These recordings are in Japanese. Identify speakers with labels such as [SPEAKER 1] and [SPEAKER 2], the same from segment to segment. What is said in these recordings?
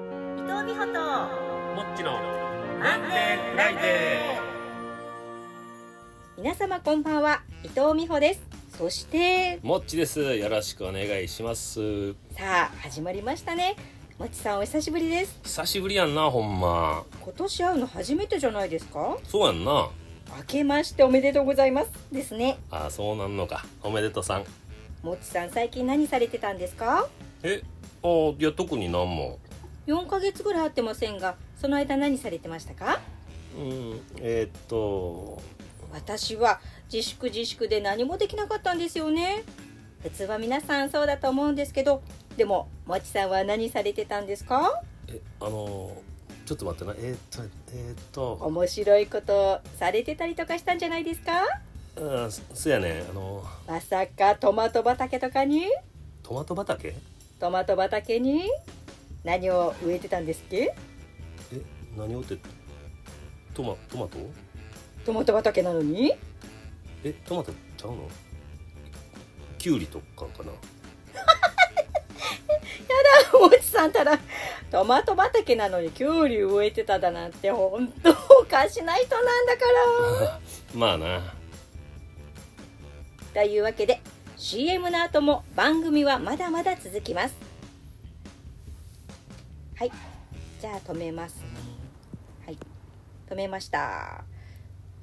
[SPEAKER 1] 美穂と
[SPEAKER 2] もっちの
[SPEAKER 1] 安全ライデ
[SPEAKER 3] 皆様こんばんは伊藤美穂ですそして
[SPEAKER 2] もっちですよろしくお願いします
[SPEAKER 3] さあ始まりましたねもちさんお久しぶりです
[SPEAKER 2] 久しぶりやんなほんま
[SPEAKER 3] 今年会うの初めてじゃないですか
[SPEAKER 2] そうやんな
[SPEAKER 3] 明けましておめでとうございますですね
[SPEAKER 2] あそうなんのかおめでとうさん
[SPEAKER 3] もちさん最近何されてたんですか
[SPEAKER 2] えあいや特になんも
[SPEAKER 3] 4ヶ月ぐらい会ってませんがその間何されてましたか
[SPEAKER 2] うんえーっと
[SPEAKER 3] 私は自粛自粛で何もできなかったんですよね普通は皆さんそうだと思うんですけどでももちさんは何されてたんですか
[SPEAKER 2] えあのちょっと待ってなえーっとえーっと
[SPEAKER 3] 面白いことされてたりとかしたんじゃないですか
[SPEAKER 2] うんそそやねあの
[SPEAKER 3] まさかトマト畑とかに
[SPEAKER 2] トマト畑
[SPEAKER 3] トマト畑に何を植えてたんですっけ
[SPEAKER 2] え何をってトマトマト
[SPEAKER 3] トマト畑なのに
[SPEAKER 2] えトマトちゃうのキュウリとかかな
[SPEAKER 3] おじさんたらトマト畑なのにキュウリ植えてただなんて本当おかしな人なんだから
[SPEAKER 2] まあな
[SPEAKER 3] というわけで CM の後も番組はまだまだ続きますはいじゃあ止めますねはい止めました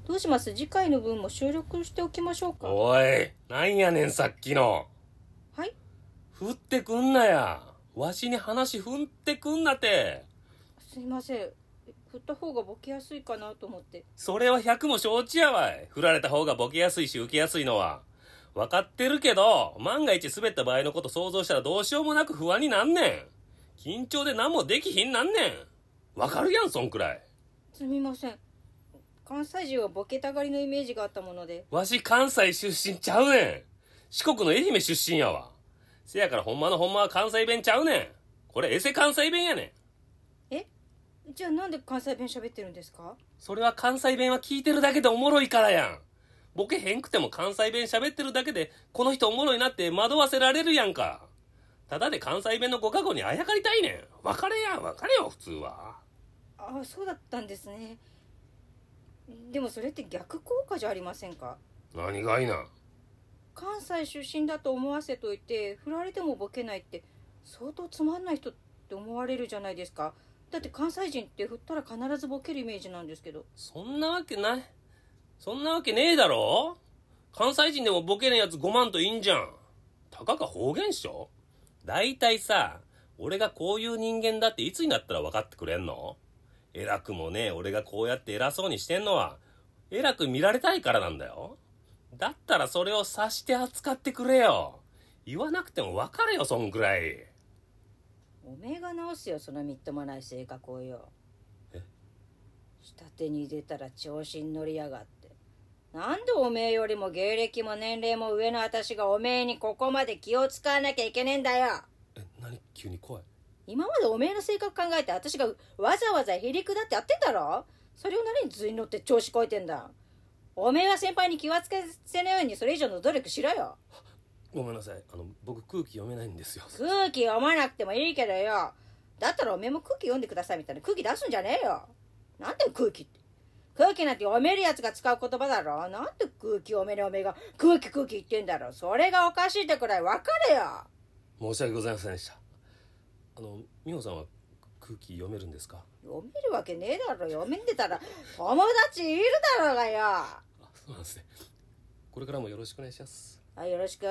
[SPEAKER 3] どうします次回の分も収録しておきましょうか
[SPEAKER 2] おいなんやねんさっきの
[SPEAKER 3] はい
[SPEAKER 2] 振ってくんなやわしに話振ってくんなて
[SPEAKER 3] すいません振った方がボケやすいかなと思って
[SPEAKER 2] それは100も承知やわい振られた方がボケやすいし受けやすいのは分かってるけど万が一滑った場合のこと想像したらどうしようもなく不安になんねん緊張で何もできひんなんねんわかるやんそんくらい
[SPEAKER 3] すみません関西人はボケたがりのイメージがあったもので
[SPEAKER 2] わし関西出身ちゃうねん。四国の愛媛出身やわ。せやからほんまのほんまは関西弁ちゃうねん。これエセ関西弁やねん。
[SPEAKER 3] えじゃあなんで関西弁喋ってるんですか
[SPEAKER 2] それは関西弁は聞いてるだけでおもろいからやん。ボケへんくても関西弁喋ってるだけで、この人おもろいなって惑わせられるやんか。ただで関西弁のご加護にあやかりたいねん。別れやん、別れよ、普通は。
[SPEAKER 3] ああそうだったんですねでもそれって逆効果じゃありませんか
[SPEAKER 2] 何がいいな。
[SPEAKER 3] 関西出身だと思わせといて振られてもボケないって相当つまんない人って思われるじゃないですかだって関西人って振ったら必ずボケるイメージなんですけど
[SPEAKER 2] そんなわけない。そんなわけねえだろ関西人でもボケねえやつ5万といいんじゃん。たかが方言っしょ大体さ、俺がこういう人間だっていつになったら分かってくれんの偉くもねえ俺がこうやって偉そうにしてんのは、偉く見られたいからなんだよ。だったらそれを察して扱ってくれよ。言わなくても分かるよ、そんくらい。
[SPEAKER 3] おめえが直すよそのみっともない性格をよ下手に出たら調子に乗りやがってなんでおめえよりも芸歴も年齢も上の私がおめえにここまで気を使わなきゃいけねえんだよ
[SPEAKER 2] え、何急に怖い。
[SPEAKER 3] 今までおめえの性格考えて私がわざわざへりくだってやってんだろそれを何に図に乗って調子こいてんだおめえは先輩に気はつけせないようにそれ以上の努力しろよ
[SPEAKER 2] ごめんなさい。あの、僕空気読めないんですよ。
[SPEAKER 3] 空気読まなくてもいいけどよだったらおめえも空気読んでくださいみたいな空気出すんじゃねえよなんで空気って空気なんて読めるやつが使う言葉だろなんで空気読めるおめえが空気空気言ってんだろそれがおかしいってくらいわかれよ
[SPEAKER 2] 申し訳ございませんでしたあの美穂さんは空気読めるんですか
[SPEAKER 3] 読めるわけねえだろ読めんでたら友達いるだろうがよ
[SPEAKER 2] あそうなんですねこれからもよろしくお願いします
[SPEAKER 3] はい、よろしく。